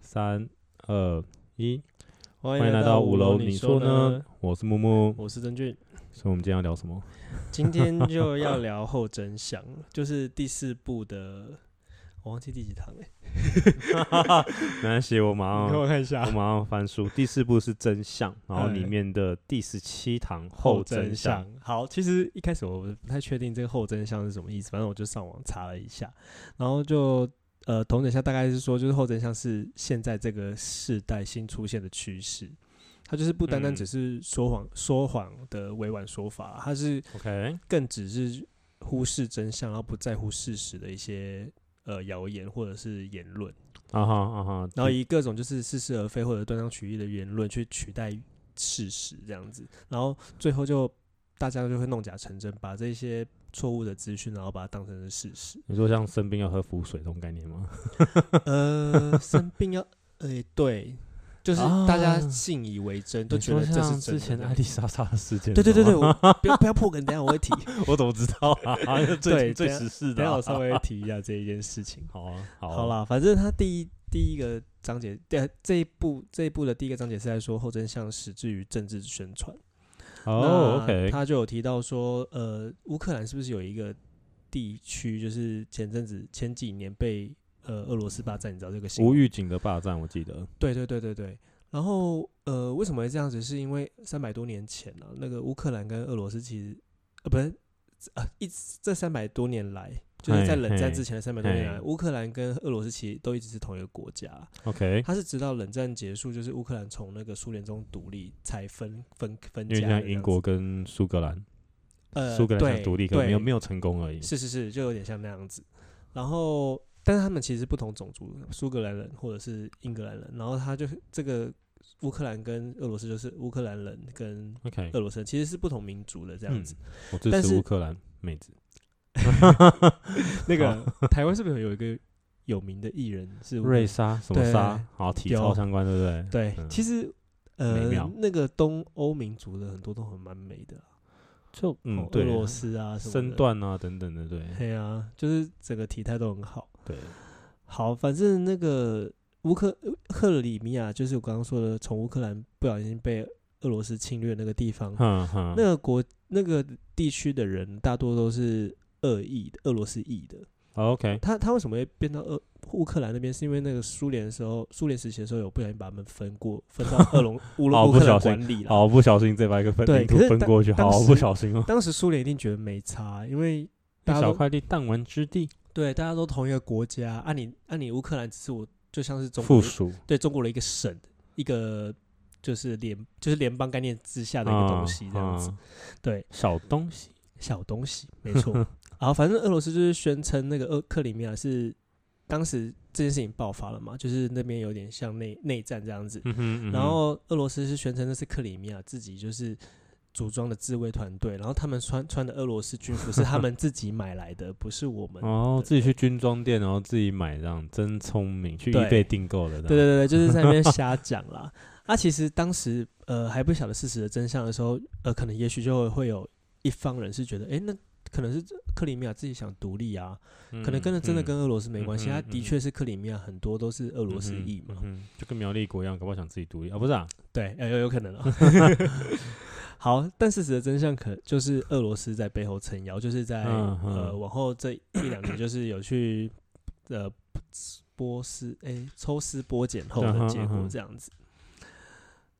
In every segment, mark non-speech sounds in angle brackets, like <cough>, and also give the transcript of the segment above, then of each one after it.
三二一，欢欢迎来到五楼。你说呢？？我是木木，我是曾俊，所以我们今天要聊什么？今天就要聊后真相了，就是第四部的，我忘记第几堂了、没关系，我马上你给我我看一下马上翻书。第四部是真相，然后哎里面的第十七堂后真相。。好，其实一开始我不太确定这个后真相是什么意思，反正我就上网查了一下，然后就呃，统整一下大概是说，就是后真相是现在这个世代新出现的趋势。它就是不单单嗯只是说谎、说谎的委婉说法，它是 OK，更只是忽视真相，然后不在乎事实的一些呃谣言或者是言论，啊哈啊哈，然后以各种就是似是而非或者断章取义的言论去取代事实这样子，然后最后就大家就会弄假成真，把这些错误的资讯，然后把它当成是事实。你说像生病要喝浮水这种概念吗？ <laughs> 呃，生病要，呃，对，就是啊大家信以为真，都觉得你说这是像真之的前这艾样丽莎莎的事件。对对对对，是吗我 <laughs> 不要不要破梗，等一下我会提， <laughs> 我怎么知道啊？最对最等下时事 <laughs> 等一的下啊。我稍微提一下这一件事情。 <laughs> 好啊，好啊好，啦，反正他第一第一个章节，对这一部这一部的第一个章节是在说后真相始至于政治宣传。哦那，OK，他就有提到说，呃，乌克兰是不是有一个地区，就是前阵子前几年被呃俄罗斯霸占，你知道这个新无闻？预警的霸占，我记得。对对对对对。然后呃，为什么会这样子？是因为三百多年前呢、啊，那个乌克兰跟俄罗斯其实呃不是啊，一直这三百多年来。就是在嘿冷战之嘿前的三百多年来，嘿乌克兰跟俄罗斯其实都一直是同一个国家。 OK，它是直到冷战结束，就是乌克兰从那个苏联中独立才分分分因为家的这样像子。英国跟苏格兰。呃苏格兰想对独立，可能没有对没有成功而已。是是是，就有点像那样子。然后，但是他们其实不同种族，苏格兰人或者是英格兰人。然后他就这个乌克兰跟俄罗斯就是乌克兰人跟 OK，嗯俄罗斯人其实是不同民族的这样子。我支但持是乌克兰妹子。 <laughs> 那个台湾是不是有一个有名的艺人是乌克瑞兰莎什么对莎？好，体操有相关，对不对？对，嗯其实美呃妙，那个东欧民族的很多都很蛮美的啦，就嗯哦，俄对，罗斯啊什么身的段啊等等的，对对啊，就是整个体态都很好。对。好，反正那个乌克克里米亚，就是我刚刚说的，从乌克兰不小心被俄罗斯侵略那个地方，哼哼，那个国那个地区的人大多都是俄裔的，俄罗斯裔的。好 OK，他他为什么会变到俄乌克兰那边？是因为那个苏联的时候，苏联时期的时候有不小心把他们分过，分到 <laughs> 俄龙乌哦乌不克小兰心管理了。好不小心再把一个分对领土可是分当过去，好当时不小心哦，当时苏联一定觉得没差，因为一大家小都块地弹丸之地，对大家都同一个国家，按、你按、你乌克兰只是我就像是中附国的属对中国的一个省，一个就是联就是联邦概念之下的一个东西这样子，，啊对，小东 <laughs> 西，小东西，没 <laughs> 错。然后反正俄罗斯就是宣称那个俄克里米亚是当时这件事情爆发了嘛，就是那边有点像内内战这样子。嗯哼，嗯哼然后俄罗斯是宣称那是克里米亚自己就是组装的自卫团队，然后他们穿穿的俄罗斯军服是他们自己买来的，不是我 <laughs> 们哦，自己去军装店，然后自己买，这样真聪明，去对易贝订购的，对对对对，就是在那边瞎讲啦。啊，其实当时呃还不晓得事实的真相的时候，呃，可能也许就会有一方人是觉得，诶，那可能是克里米亚自己想独立啊，对可能跟真的跟俄罗斯没关系，嗯它哼的确是克里米亚很多都是俄罗斯裔嘛，嗯哼就跟苗栗国一样，搞不好想自己独立啊，不是啊，对，呃有有可能啊。 <laughs> 好，但事实的真相可就是俄罗斯在背后撑腰，就是在、嗯哼呃往后这一两年就是有去呃波斯哎、抽丝剥茧后嗯的哼结果嗯哼这样子。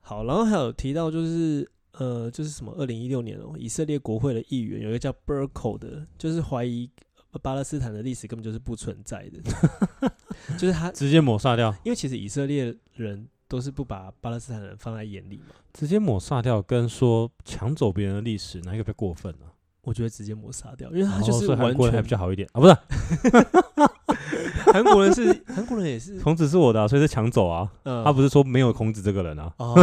好，然后还有提到就是呃就是什么二零一六年哦，以色列国会的议员有一个叫 Berko 的，就是怀疑呃巴勒斯坦的历史根本就是不存在的， <laughs> 就是他直接抹杀掉，因为其实以色列人都是不把巴勒斯坦人放在眼里嘛。直接抹杀掉，跟说抢走别人的历史，哪一个比较过分啊？我觉得直接抹杀掉，因为他然啊就后是哦所以韩完国人还全比较好一点啊，不是啊，韩国人是韩国人 <laughs> 也是，孔子是我的啊、所以是抢走啊。呃，他不是说没有孔子这个人啊，哦，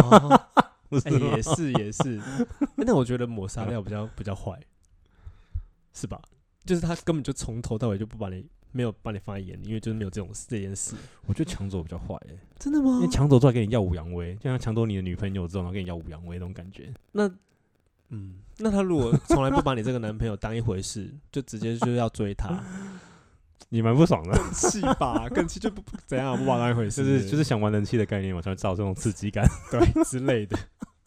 不哎是吗也是也是，哎那我觉得抹杀掉比 <laughs> 较比较坏，是吧？就是他根本就从头到尾就不把你没有把你放在眼里，因为就是没有这种这件事，哎我觉得抢走比较坏、欸，真的吗因为抢走出来跟你耀武扬威，就像抢走你的女朋友之后，然后跟你耀武扬威那种感觉。那嗯， <laughs> 那他如果从来不把你这个男朋友当一回事，就直接就要追他，你蛮不爽的，更气吧，更气就不怎样，不把它当一回就事，是就是想玩人气的概念嘛，才会造这种刺激感。对之类的。 <laughs>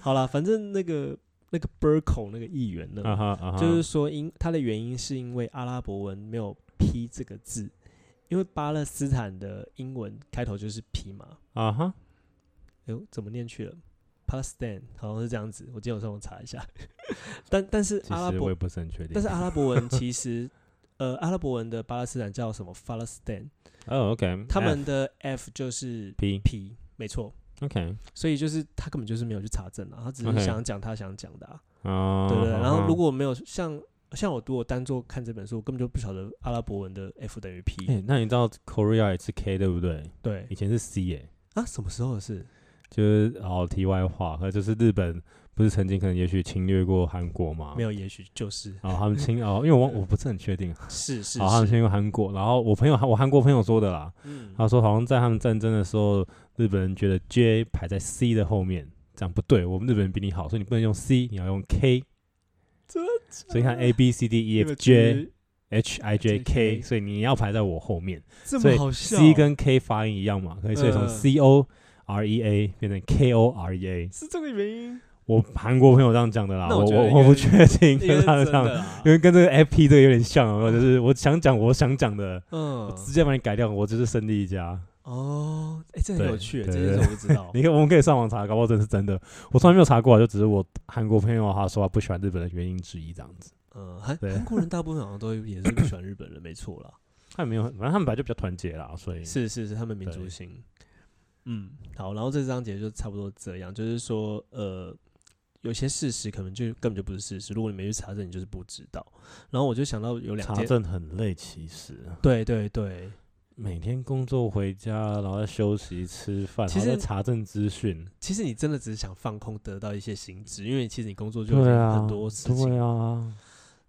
好了，反正那个那个 Burko 那个议员呢，啊哈啊哈，就是说因他的原因是因为阿拉伯文没有 P 这个字，因为巴勒斯坦的英文开头就是 P 嘛，啊哈，哎呦，怎么念去了？Palestine 好像是这样子，我今天有上网查一下。 <laughs> 但但是其阿拉实我伯也，不是很确定。但是阿拉伯文其实，呃，阿拉伯文的巴勒斯坦叫什么 p a l e s t i n 哦，OK，他们的 F 就是 P P，没错。 OK 所以就是他根本就是没有去查证啊，他只是 OK 想讲他想讲的、啊啊，对对对。啊然后哈如果没有像像我读我单做看这本书，我根本就不晓得阿拉伯文的 F 等于 P，、哎，那你知道 Korea 也是 K 对不对？对以前是 C 耶，啊，什么时候的事？就是哦，题外话，和就是日本不是曾经可能也许侵略过韩国嘛？没有。有，也许就是哦，他们侵哦，因为我忘我不是很确定。是是哦，他们是，侵略韩国，然后我朋友我韩国朋友说的啦，嗯，他说好像在他们战争的时候，日本人觉得 J 排在 C 的后面，这样不对，我们日本人比你好，所以你不能用 C，你要用 K。真所以你看 A B C D E 你 F 们 J 觉得 H I J K， K 所以你要排在我后面。这所以么好笑 C 跟 K 发音一样嘛，可以所以从嗯 C O R E A 变成 K O R E A。是这个原因，我韩国朋友这样讲的啦，那我我觉得我应不该确定，应跟他该们是真这样，的啊 <laughs> 啦因为跟这个 F P 这个有点像，有没有就是我想讲我想讲的，嗯直接把你改掉，我就是胜利一家。哦，哎，这很对有趣，这对件事对我不知 <laughs> 道你可以我们可以上网查，搞不好真的是真的。我从来没有查过啊，就只是我韩国朋友他说他不喜欢日本的原因之一这样子。嗯，韩对韩国人大部分好像都也是不喜欢日本人，没错啦。他也没有，反正他们本来就比较团结啦，所以是是是，他们民族对性。嗯，好，然后这章节就差不多这样，就是说，呃，有些事实可能就根本就不是事实，如果你没去查证，你就是不知道。然后我就想到有两查件，证很累，其实对对对，每天工作回家，然后再休息吃饭，其然后再实查证资讯，其实你真的只是想放空，得到一些薪知，因为其实你工作就已对经啊，很多事情。对啊，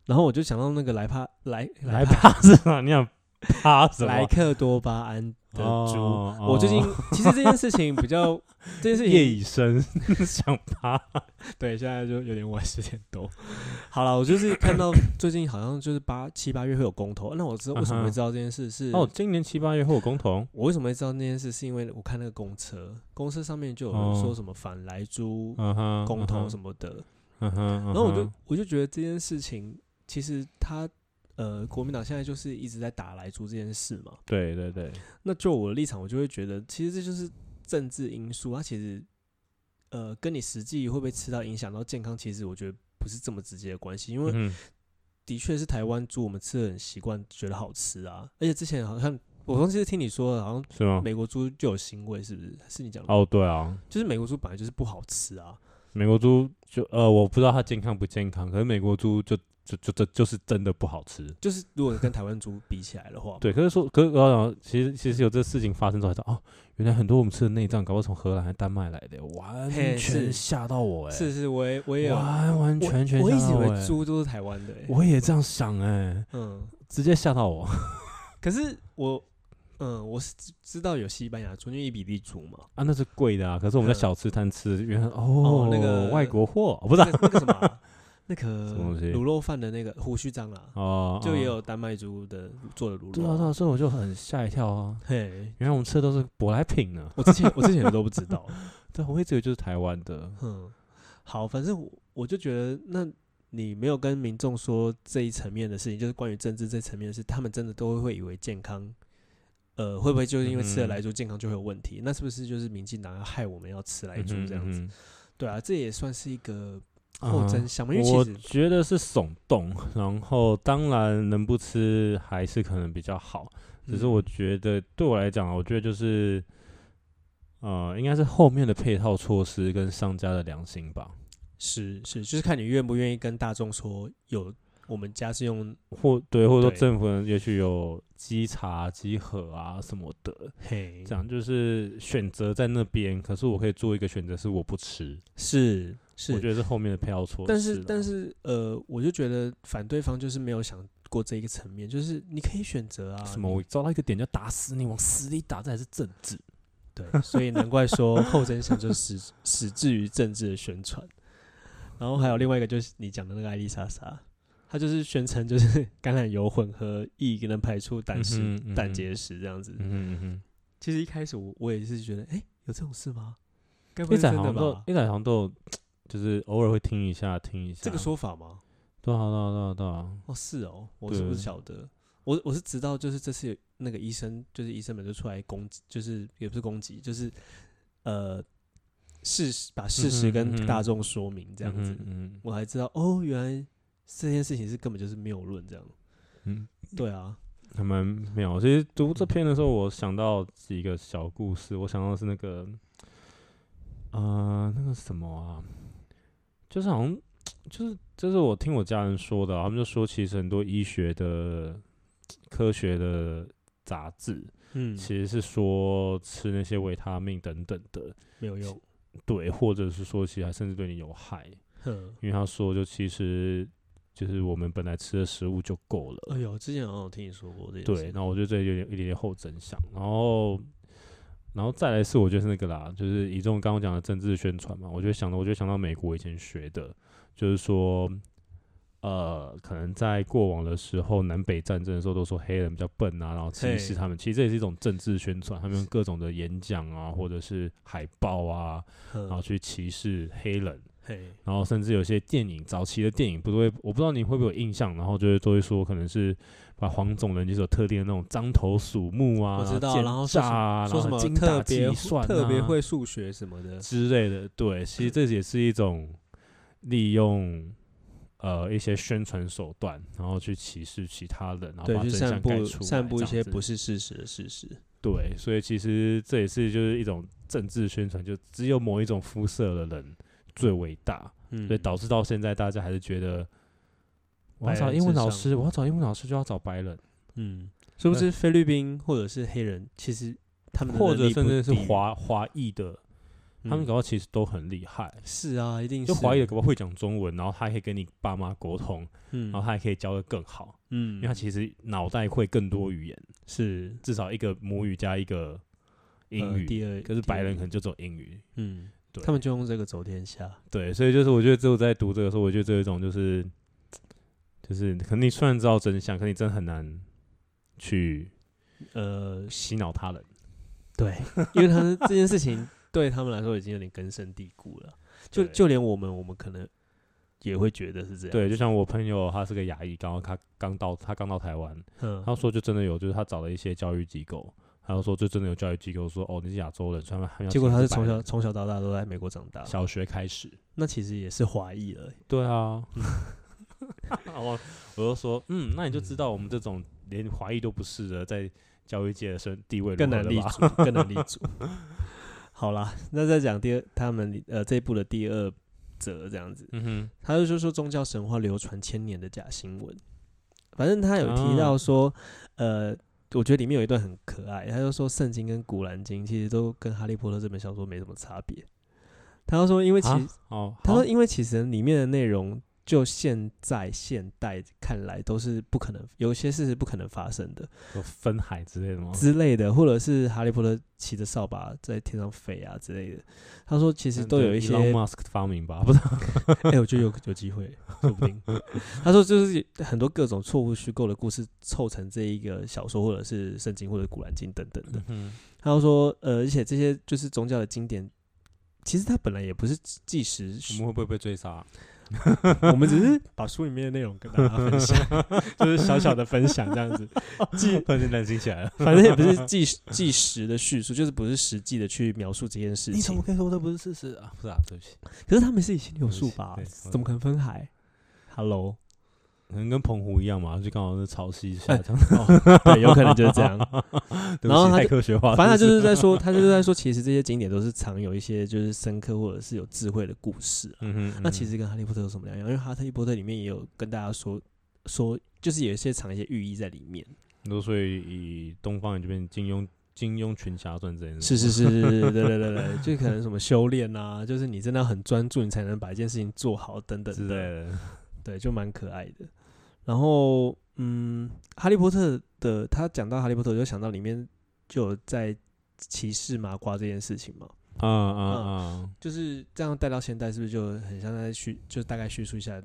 然后我就想到那个莱帕莱来帕怕是 <laughs> 吗？你想怕什么？莱克多巴胺的猪。哦我最近哦其实这件事情比较，这件事 <laughs> 情夜已深， <laughs> 想趴。对，现在就有点晚，十点多。好了，我就是 <coughs> 看到最近好像就是八七八月会有公投，那我知道为什嗯么会哼知道这件事是哦，今年七八月会有公投，我为什么会知道那件事，是因为我看那个公车，公车上面就有人哦说什么反来租嗯哼，公投什么，么的，嗯哼，嗯哼然后我就我就觉得这件事情其实他呃国民党现在就是一直在打来租这件事嘛，对对对，那就我的立场，我就会觉得，其实这就是政治因素，它其实呃跟你实际会不会吃到影响到健康，其实我觉得不是这么直接的关系，因为嗯的确是台湾猪，我们吃的很习惯，觉得好吃啊。而且之前好像我上次听你说的，好像是吗？美国猪就有腥味，是不是？是你讲的？哦，对啊，就是美国猪本来就是不好吃啊。美国猪就呃，我不知道它健康不健康，可是美国猪就就就这就是真的不好吃。就是如果跟台湾猪比起来的话，对，可是说，可是我想，其实其实有这事情发生之后，才知道哦，原来很多我们吃的内脏，搞不好从荷兰还丹麦来的，完嘿全是吓到我哎、是是，我也我也有，完完我全全我吓一直以到我、为欸，猪都是台湾的、欸，我也这样想哎、嗯。直接吓到我可是我，嗯，我是知知道有西班牙猪，因为伊比利猪嘛，啊！那是贵的啊，可是我们在嗯小吃摊吃，原来哦哦那个外国货、哦、不不是啊、那个什 <laughs> 么啊，那个么东西卤肉饭的那个胡须章啦，哦，就也哦有丹麦猪的做的卤对啊，肉对啊。啊，所以我就很吓一跳啊，嘿，原来我们吃的都是舶来品呢。我之前我之前都不知道， <laughs> 对，啊我一直以为就是台湾的，嗯，好，反正我我就觉得，那你没有跟民众说这一层面的事情，就是关于政治这层面的事，他们真的都会以为健康，呃，会不会就是因为吃了嗯哼来猪健康就会有问题？那是不是就是民进党要害我们要吃来猪这样子？嗯对啊，这也算是一个哼后嗯真相嘛，因为其我实觉得是耸动，然后当然能不吃还是可能比较好。只是我嗯觉得对我来讲啊，我觉得就是，呃，应该是后面的配套措施跟商家的良心吧，是是，就是看你愿不愿意跟大众说有我们家是用或对，或者说对政府也许有稽查、稽核啊什么的，嘿这样就是选择在那边。可是我可以做一个选择，是我不吃。是我是，觉得是后面的配套措施啦。但是但是呃，我就觉得反对方就是没有想过这一个层面，就是你可以选择啊，什么？你我抓到一个点就打死你，往死里打，这才是政治。对，所以难 <laughs> 怪说后真相就始始至于政治的宣传。然后还有另外一个就是你讲的那个艾丽莎莎，他就是宣称就是 <laughs> 橄榄油混合液能排出胆石、嗯哼嗯胆哼结石这样子。嗯哼嗯哼，其实一开始我我也是觉得，哎、有这种事吗？该一不会是仔真好的像都吧？一仔好像都有就是偶尔会听一下听一下这个说法吗？对啊对啊对啊对啊，哦，是哦，我是不对是晓得？我我是直到就是这次有那个医生，就是医生们就出来攻击，就是也不是攻击，就是呃事实把事实嗯哼嗯跟哼大众说明这样子，嗯哼嗯我才知道哦，原来这件事情是根本就是谬论这样。嗯，对啊，还蛮妙。其实读这篇的时候，我想到几个小故事，我想到的是那个，呃，那个什么啊，就是好像就是这是我听我家人说的啊、他们就说其实很多医学的科学的杂志，嗯，其实是说吃那些维他命等等的，没有用，对，或者是说其实还甚至对你有害，哼，因为他说就其实就是我们本来吃的食物就够了。哎呦，之前好像有听你说过这件对，事，然后我觉得这有点一点点后真相，然后，然后再来是我觉得是那个啦，就是以这种刚刚讲的政治宣传嘛，我就想到，我就想到美国以前学的，就是说，呃，可能在过往的时候，南北战争的时候都说黑人比较笨啊，然后歧视嘿他们，其实这也是一种政治宣传，他们用各种的演讲啊，或者是海报啊，嗯然后哼，去歧视黑人。嘿，然后甚至有些电影，早期的电影不都会，我不知道你会不会有印象，然后就会都会说可能是把黄种人就是有特定的那种獐头鼠目啊，我知道然然后后奸说诈什么啊，说什然后么精特打别细算、啊、特别会数学什么 <laughs> 的，之类的，对，其实这也是一种利用呃一些宣传手段，然后去歧视其他人，然后对，把去真散相布盖出来散布这一样些子不是事实的事实。对，所以其实这也是就是一种政治宣传，就只有某一种肤色的人最伟大，嗯，所以导致到现在大家还是觉得我要白找人英文至老上师，我要找英文老师就要找白人，嗯，殊不知菲律宾或者是黑人，其实他们的或能者力甚不至是低于，华华裔的，嗯他们搞不好其实都很厉害。是啊，一定就是华裔的，搞不好会讲中文，然后他还可以跟你爸妈沟通，嗯，然后他还可以教的更好，嗯，因为他其实脑袋会更多语言，是至少一个母语加一个英呃语。第二，可是白人第可能就只有英语，二嗯，对他们就用这个走天下，对，所以就是我觉得只有在读这个时候，我觉得这一种就是，就是可能你虽然知道真相，可你真的很难去呃，洗脑他人。 <laughs> 对，因为他们这件事情对他们来说已经有点根深蒂固了，就对就连我们，我们可能也会觉得是这样，对，就像我朋友，他是个牙医，刚刚他刚到，他刚到台湾，嗯，他说就真的有，就是他找了一些教育机构，他就说就真的有教育机构说，哦，你是亚洲人，所以他们他们要结果请他你是从白小人从小到大都在美国长大，小学开始，那其实也是华裔了，对啊， <laughs> 我我就说，嗯，那你就知道我们这种连华裔都不是的，在教育界的身地位如更何难了立吧足，更难立 <laughs> 足。好啦，那再讲第二，他们呃这一部的第二则这样子，嗯哼，他就是说宗教神话流传千年的假新闻。反正他有提啊到说，呃，我觉得里面有一段很可爱，他就说圣经跟古兰经其实都跟哈利波特这本小说没什么差别。他就说，因为其实、啊哦，他好说，因为其实里面的内容，就现在现代看来都是不可能，有些事是不可能发生的。有分海之类的吗？之类的，或者是哈利波特骑着扫把在天上飞啊之类的。他说其实都有一些， Elon 哎、 Musk 的发 <laughs> 明吧，不是？我觉得有有机会，说不 <laughs> 定。他说就是很多各种错误虚构的故事凑成这一个小说，或者是圣经或者古兰经等等的。嗯他又说，呃，而且这些就是宗教的经典。其实它本来也不是纪实，我们会不会被追啊杀？我们只是 <laughs> 把书里面的内容跟大家分享， <laughs> 就是小小的分享这 <laughs> 样子。纪突然间担心起来 <laughs> 了。反正也不是纪纪实的叙述，就是不是实际的去描述这件事情。可以说这不是事实啊？不是啊，对不起，可是他们是以心里有数吧对不起对？怎么可能分海？Hello， <laughs> 可能跟澎湖一样嘛，就刚好是潮汐下降。对， <laughs> 有可能就是 <laughs> 这样。对不起然后他就太科学化了，反正他是就是在说，他就是在说，其实这些景点都是藏有一些就是深刻或者是有智慧的故事啊、不是，嗯哼，嗯哼那其实跟哈利波特有什么两样？因为哈利波特里面也有跟大家说说，就是有一些藏一些寓意在里面。你说，所以以东方人这边金庸。金庸群侠传这件事是是是是是，对对对 <laughs> 对，就可能什么修炼啊，就是你真的要很专注，你才能把一件事情做好等等之的类。的，对，就蛮可爱的。然后，嗯，哈利波特的他讲到哈利波特，我就想到里面就有在歧视麻瓜这件事情嘛，啊啊啊！嗯就是这样带到现代，是不是就很像在叙，就大概叙述一下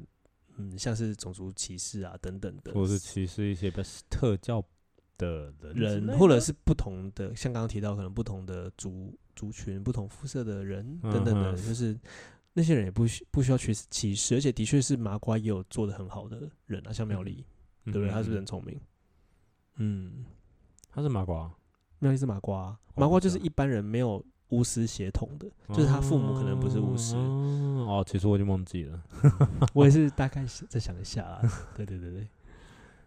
嗯，像是种族歧视啊等等的或是歧视一些被特教的人之类人，的或者是不同的，像刚刚提到可能不同的族族群、不同肤色的人等等嗯的，哼就是那些人也不需不需要去歧视，而且的确是麻瓜也有做的很好的人啊，像妙丽，嗯对不对？嗯他是不嗯是很聪明？嗯，他是麻瓜，妙丽是麻瓜啊、哦麻瓜不就是啊是一般人没有巫师血统的，就是他父母可能不是巫师。哦，哦其实我已经忘记了。我也是大概是再想一 <laughs> 下啦。对对对对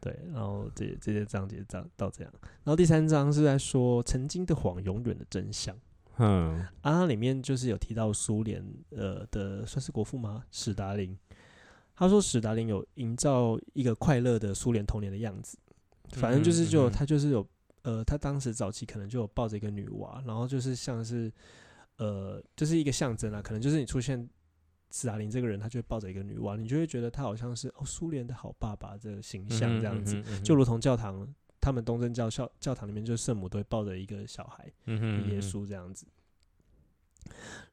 对，然后这这些章节章到这样，然后第三章是在说曾经的谎，永远的真相。嗯，啊，它里面就是有提到苏联呃的算是国父吗？史达林，他说史达林有营造一个快乐的苏联童年的样子，反正就是就有嗯哼他就是有呃，他当时早期可能就有抱着一个女娃，然后就是像是呃，就是一个象征啊，可能就是你出现斯大林这个人，他就会抱着一个女娃，你就会觉得他好像是哦苏联的好爸爸这个形象这样子，嗯哼，嗯哼就如同教堂他们东正教教教堂里面，就是圣母都会抱着一个小孩嗯哼耶。嗯哼稣这样子，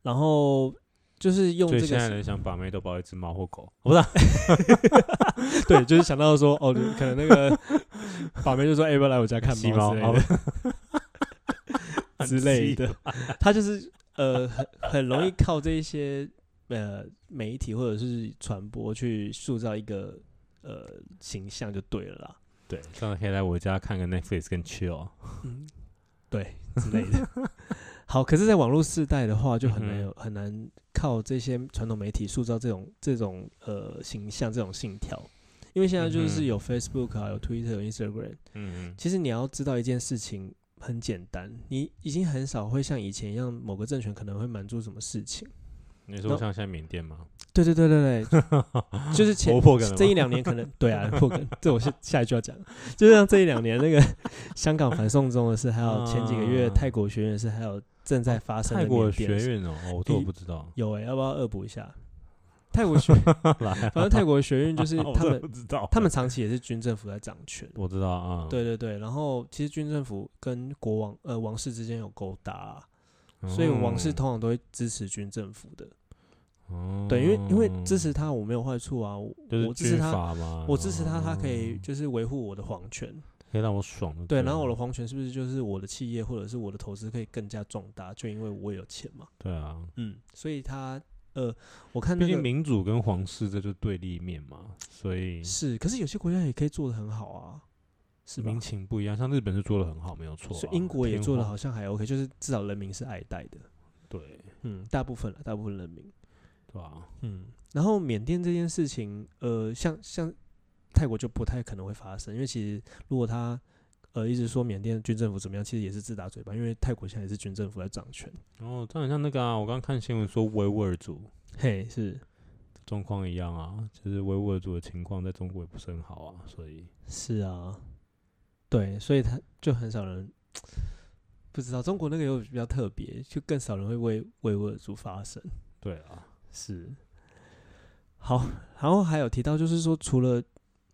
然后就是用所以这现在个人想把妹都抱一只猫或狗，哦不是啊 <laughs> 对，就是想到说哦，可能那个 <laughs> 把妹就说哎，要不要来我家看吸猫猫之类好的， <laughs> <laughs> 之类的， <laughs> 他就是呃很很容易靠这一些呃媒体或者是传播去塑造一个呃形象就对了啦，对，上次可以来我家看个 Netflix 跟 chill。嗯，对之类的。 <laughs> 好，可是，在网络世代的话，就很嗯难有、很难靠这些传统媒体塑造这种这种呃形象、这种信条，因为现在就嗯是哼有 Facebook 啊，有 Twitter、有 Instagram，嗯其实你要知道一件事情很简单，你已经很少会像以前一样，某个政权可能会瞒住什么事情。你说像现在缅甸吗？对对对对 <laughs> 对，就是前活泼梗了吗这一两年可能对啊， <laughs> 破梗，这我下下一句要讲，就是像这一两年那个 <laughs> 香港反送中的事，还有前几个月啊泰国学院的事，还有正在发生的泰国的缅学甸的事，院哦，哦我这我不知道有哎、要不要恶补 <laughs> 一下？泰国学，来，啊反正泰国学院就是 <laughs> 我他真的不，们知道，他们长期也是军政府在掌权。我知道啊，对对对，然后其实军政府跟国王呃王室之间有勾搭啊、嗯，所以王室通常都会支持军政府的。哦，对，因为因为支持他我没有坏处啊，我就是我支持军他，阀嘛，我支持他，他可以哦就是维护我的皇权。可以让我爽啊就对，了然后我的皇权是不是就是我的企业或者是我的投资可以更加壮大？就因为我有钱嘛。对啊，嗯，所以他呃，我看毕那竟个民主跟皇室这就对立面嘛，所以是，可是有些国家也可以做的很好啊，是吧民？情不一样，像日本是做的很好，没有错啊，所以英国也天做的皇好，像还 OK，就是至少人民是爱戴的。对嗯，大部分了，大部分人民。对啊，嗯，然后缅甸这件事情，呃，像像泰国就不太可能会发生，因为其实如果他呃一直说缅甸军政府怎么样，其实也是自打嘴巴，因为泰国现在也是军政府在掌权。然后这很像那个啊，我刚刚看新闻说维吾尔族嘿，是状况一样啊，就是维吾尔族的情况在中国也不是很好啊，所以是啊，对，所以他就很少人不知道中国那个又比较特别，就更少人会为维吾尔族发声。对啊，是。好，然后还有提到，就是说，除了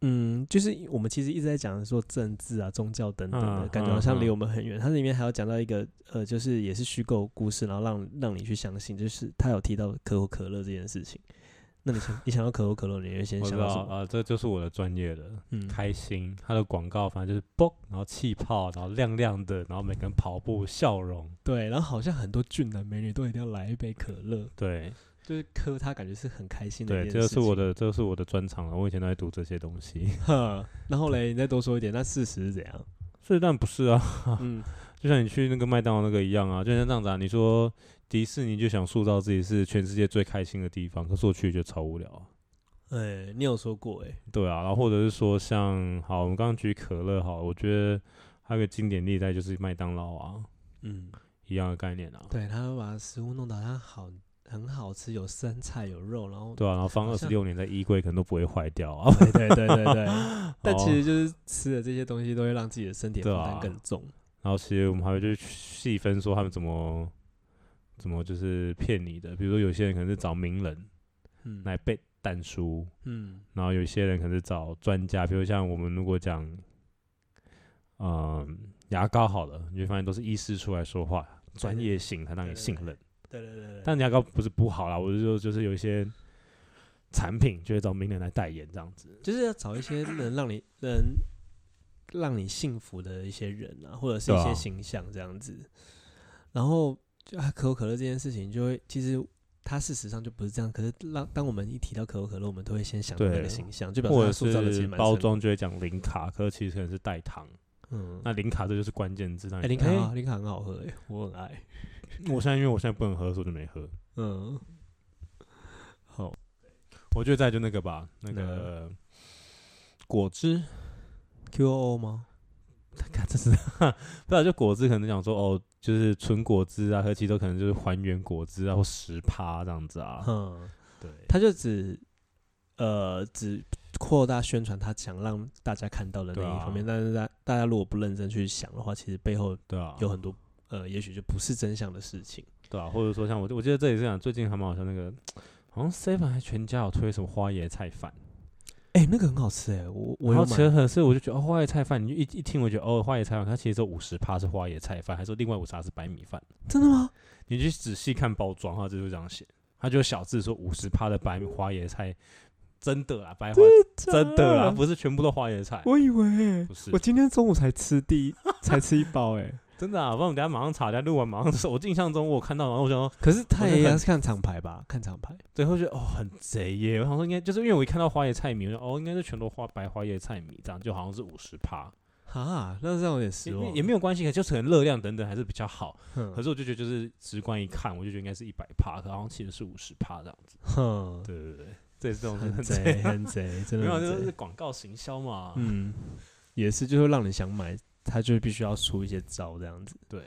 嗯，就是我们其实一直在讲说政治啊、宗教等等的，嗯感觉好像嗯离嗯我们很远。它里面还有讲到一个呃，就是也是虚构故事，然后让让你去相信，就是他有提到可口可乐这件事情。那你想，你想到可口可乐，你会先我想知到道什么？啊、这就是我的专业了。嗯，开心，它的广告反正就是嘣，然后气泡，然后亮亮的，然后每个人跑步笑容，对。然后好像很多俊男美女都一定要来一杯可乐，对就是喝它，感觉是很开心的对，一件这就事情。是我的，这就是我的专长啊了。我以前都在读这些东西， <laughs> 哼。然后嘞，你再多说一点，那事实是怎样？所以但不是啊，嗯，就像你去那个麦当劳那个一样啊，就像这样子啊。你说迪士尼就想塑造自己是全世界最开心的地方，可是我去就超无聊啊。哎、你有说过哎、对啊，然后或者是说像好，我们刚刚举可乐好了，我觉得还有个经典例在就是麦当劳啊，嗯，一样的概念啊。对，他会把食物弄得它好很好吃，有生菜有肉，然后对啊，然后放好二十像六年在衣柜可能都不会坏掉啊。 <laughs> 对对对对对 <laughs> 但其哦实就是吃的这些东西都会让自己的身体负对担啊更重。然后其实我们还会就是细分说他们怎么怎么就是骗你的，比如说有些人可能是找名人嗯来背蛋书，嗯然后有些人可能是找专家，比如像我们如果讲，嗯、牙膏好了，你会发现都是医师出来说话，专业性才让你信任。对对对对，但牙膏不是不好啦，我是说就是有一些产品，就会找名人来代言这样子。就是要找一些能让你能让你幸福的一些人啊，或者是一对些啊形象这样子。然后就啊，可口可乐这件事情，就会其实它事实上就不是这样。可是让当我们一提到可口可乐，我们都会先想到那对个形象，就表示或它者塑造的其实是蛮包成功。装就会讲零卡，可是其实可能是代糖。嗯，那零卡这就是关键字。让哎、你林觉卡得很哎好，林卡很好喝、哎，我很爱。我现在因为我现在不能喝，所以我就没喝。嗯，好，我觉得再就那个吧，那个果汁， Q O O 吗？看这是 <laughs> 不知道就果汁，可能讲说哦，就是纯果汁啊，和其实都可能就是还原果汁啊，或十趴这样子 <laughs> 啊。嗯，对，他就只呃只扩大宣传他想让大家看到的那对一啊方面，但是大大家如果不认真去想的话，其实背后对啊，有很多呃，也许就不是真相的事情。对啊，或者说像我，我记得这里是讲最近还蛮好笑那个，好像 seven 还全家有推什么花椰菜饭，哎、那个很好吃哎、我我然有后其买实很，所以我就觉得哦，花椰菜饭，你就一一听我觉得哦，花椰菜饭，它其实只有五十趴是花椰菜饭，还说另外五十趴是白米饭。真的吗？你去仔细看包装，它就是这样写，它就小字说五十趴的白花椰菜，真的啦，白花真的啊啦，不是全部都花椰菜，我以为、欸不是我今天中午才吃第一 <laughs> 才吃一包哎、真的啊，不然我等一下马上查，等一下录完马上说，我印象中我有看到，然后我想说，可是我他觉得也要很是看厂牌吧，看厂牌。最后觉得哦很贼耶，我想说应该就是因为我一看到花椰菜米，我就哦应该是全都花白花椰菜米这样，就好像是五十趴，哈，那让我有点也失望。也没有关系，可就是可能热量等等还是比较好，哼，可是我就觉得就是直观一看，我就觉得应该是一百趴，可好像其实是五十趴这样子， <laughs> 哼，对对对，这也是这种很贼， <laughs> 很贼，真没的有，很这贼。就是广告行销嘛。嗯，也是，就是让你想买，他就必须要出一些招这样子。对，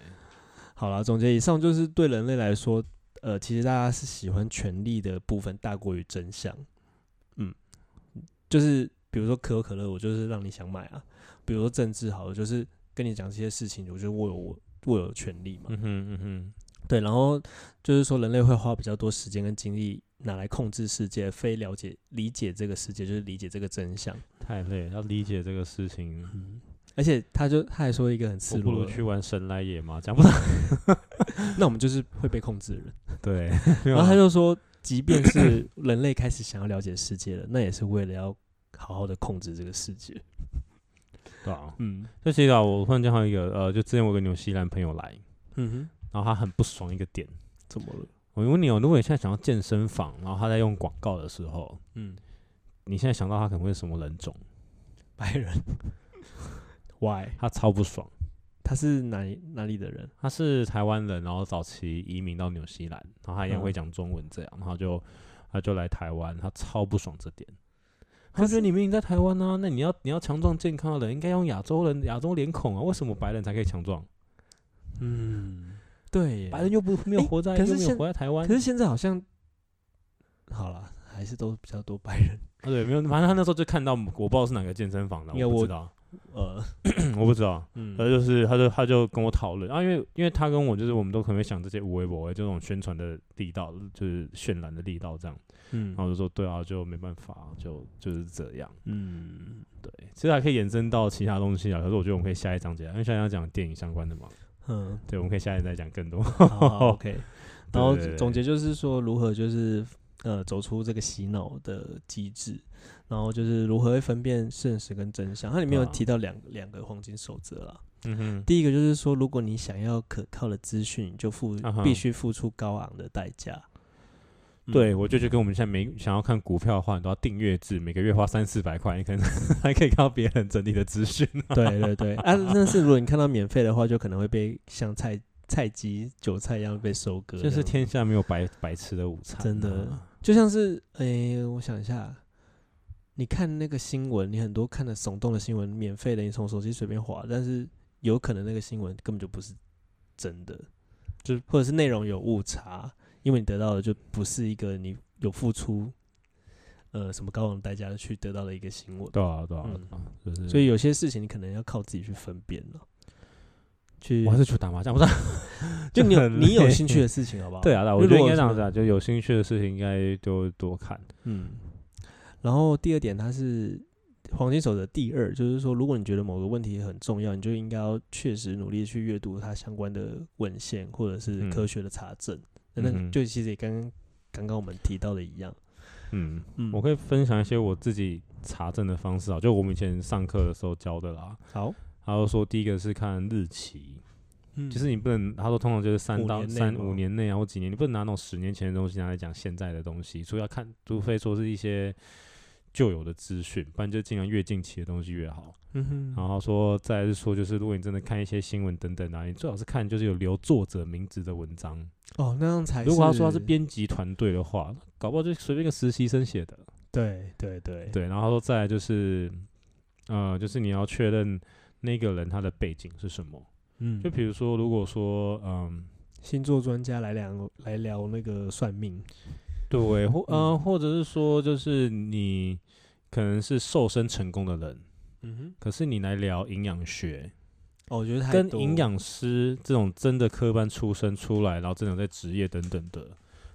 好了，总结以上就是对人类来说，呃，其实大家是喜欢权力的部分大过于真相。嗯，就是比如说可口可乐，我就是让你想买啊；，比如说政治，好了，就是跟你讲这些事情，我觉得我有我我有权利嘛。嗯哼嗯哼，对，然后就是说人类会花比较多时间跟精力拿来控制世界，非了解理解这个世界，就是理解这个真相。太累了，要理解这个事情，嗯，而且他就他还说一个很我赤不裸如的去玩神来也嘛，讲不到。那我们就是会被控制的人。 <laughs> <laughs> 对，然后他就就说，即便是人类开始想要了解世界了，那也是为了要好好的控制这个世界。对啊，嗯就其实啊，我忽然间还有一个，呃，就之前我有个纽西兰朋友来，嗯哼，然后他很不爽一个点，怎么了？我问你哦，如果你现在想要健身房，然后他在用广告的时候，嗯，你现在想到他可能会是什么人种，白人，Why？他超不爽。他是哪里哪里的人？他是台湾人，然后早期移民到纽西兰，然后他一样嗯会讲中文这样，然后就他就来台湾，他超不爽这点。他可觉是得你明明在台湾啊，那你要你要强壮健康的人应该用亚洲人亚洲脸孔啊，为什么白人才可以强壮？嗯，对耶，白人又不没有诶活在、可是又没有现活在台湾，可是现在好像好了，还是都比较多白人。啊对，没有，反正他那时候就看到我不知道是哪个健身房的，因为我不我知道，呃，我不知道。嗯他就是，他就他就跟我讨论啊，因为因为他跟我就是，我们都可能会想这些无微不微，就这种宣传的力道，就是渲染的力道这样。嗯然后我就说对啊，就没办法，就就是这样。嗯对，其实还可以延伸到其他东西啊，可是我觉得我们可以下一章节来，因为下一章讲电影相关的嘛。 <laughs> 嗯，对，我们可以下一章再讲更多。好哦好 OK。然后对对对总结就是说，如何就是呃走出这个洗脑的机制，然后就是如何会分辨现实跟真相。它里面有对啊提到两两个黄金守则啦。嗯哼，第一个就是说，如果你想要可靠的资讯，你就付啊哈必须付出高昂的代 <laughs> 价。嗯对，我就就跟我们现在每想要看股票的话，你都要订阅制，每个月花三四百块，你可能 <laughs> 还可以看到别人整理的资讯。对对对，啊，但是如果你看到免费的话，就可能会被像菜菜鸡、韭菜一样被收割。就是这样天下没有白白吃的午餐啊，真的就像是，诶、我想一下，你看那个新闻，你很多看的耸动的新闻，免费的，你从手机随便划，但是有可能那个新闻根本就不是真的，就是或者是内容有误差，因为你得到的就不是一个你有付出，呃，什么高昂代价去得到的一个新闻，对啊，对啊，嗯对啊就是。所以有些事情你可能要靠自己去分辨了。去我还是去打麻将，不是 <laughs> 啊？就你有很你有累兴趣 <laughs> 的事情，好不好？对啊，对啊因我为觉得如应果该这什样么子啊，就有兴趣的事情应该就多看。嗯，然后第二点，它是黄金守则第二，就是说，如果你觉得某个问题很重要，你就应该要确实努力去阅读它相关的文献或者是嗯科学的查证。嗯那哼就其实也跟刚刚我们提到的一样，嗯，嗯，我可以分享一些我自己查证的方式啊，就我们以前上课的时候教的啦。好，他就说第一个是看日期，嗯，就是你不能，他说通常就是三五到年内三吗五年内啊，或几年，你不能拿那种十年前的东西拿来讲现在的东西，所以要看，除非说是一些旧有的资讯，不然就尽量越近期的东西越好。然嗯哼，后说，再来是说，就是如果你真的看一些新闻等等啊，你最好是看就是有留作者名字的文章。哦，那样才如果他说他是，编辑团队的话，搞不好就随便一个实习生写的。对对对，对，然后他说再来就是，呃，就是你要确认那个人他的背景是什么。嗯，就比如说，如果说，嗯，星座专家来聊来聊那个算命，对，或呃，嗯或者是说，就是你可能是瘦身成功的人，嗯哼，可是你来聊营养学，哦，我觉得太跟多营养师这种真的科班出身出来，然后真的在职业等等的，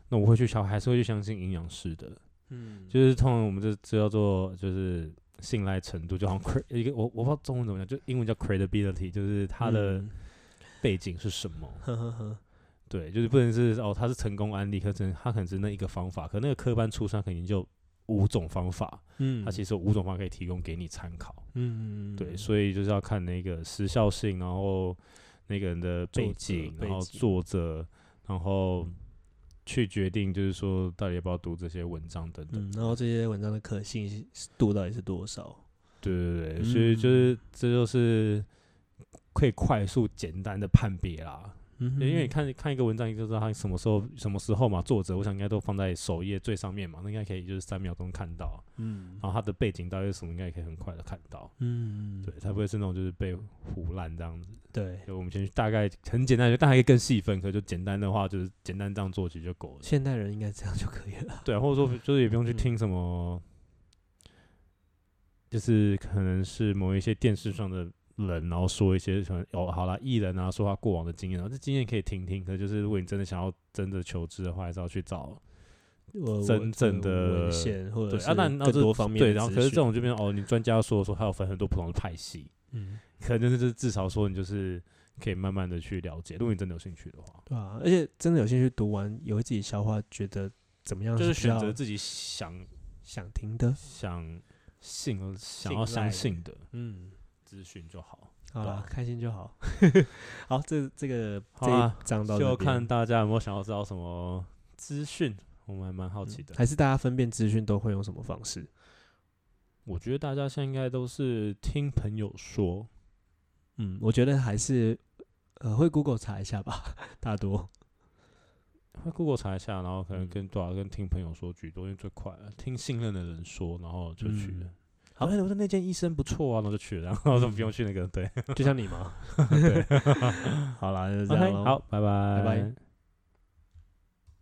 那我会去相，还是会去相信营养师的。嗯，就是通常我们这这叫做就是信赖程度，就好像 cre 一个我我不知道中文怎么讲，就英文叫 credibility，就是他的嗯 <laughs> 背景是什么。呵呵呵，对，就是不能是哦，他是成功案例，可能他可能是那一个方法，可那个科班出身肯定就五种方法，嗯，他其实，实有五种方法可以提供给你参考。嗯，对，所以就是要看那个时效性，然后那个人的背作者景，背然后景嗯作者，然后去决定就是说到底要不要读这些文章等等。嗯，然后这些文章的可信度到底是多少？对对对，所以嗯就是这就是可以快速简单的判别啦。嗯哼，因为你看看一个文章，你就知道它什么时候、什么时候嘛，作者我想应该都放在首页最上面嘛，那应该可以就是三秒钟看到，嗯，然后它的背景到底是什么，应该也可以很快的看到，嗯，对，才不会是那种就是被胡烂这样子。对，就我们先去大概很简单，就大概更细分，可就简单的话就是简单这样做起就够了。现代人应该这样就可以了。对啊，或者说就是也不用去嗯听什么，就是可能是某一些电视上的人，然后说一些可能哦，好啦，艺人啊，说他过往的经验，然后这经验可以听听。可就是如果你真的想要真的求知的话，还是要去找我我真正这的个文献或者对是啊，那那更这多方面对，的然后资可是这讯种就变成哦，你专家说说，还有分很多不同的派系，嗯，可能就是至少说你就是可以慢慢的去了解，如果你真的有兴趣的话，对啊，而且真的有兴趣读完，也会自己消化，觉得怎么样就是是比选择较自己想想听的。想信想信要赖相的信的嗯，资讯就好。好对啦啊，开心 <laughs> 就好。好，这这个好这一啊章到就这边看大家有没有想要知道什么资讯，我们还蛮好嗯奇的。还是大家分辨资讯都会用什么方式？我觉得大家现在应该都是听朋友说，嗯，我觉得还是呃会 Google 查一下吧， <laughs> 大多。会 Google 查一下，然后可能嗯跟多少、跟听朋友说居多，因为最快了，听信任的人说，然后就去了嗯。好，哎我说那间医生不错啊，然后就去了，然后说不用去那个，对 <laughs> 就像你嘛。对。好啦，就这样 OK，咯好，拜拜，拜拜。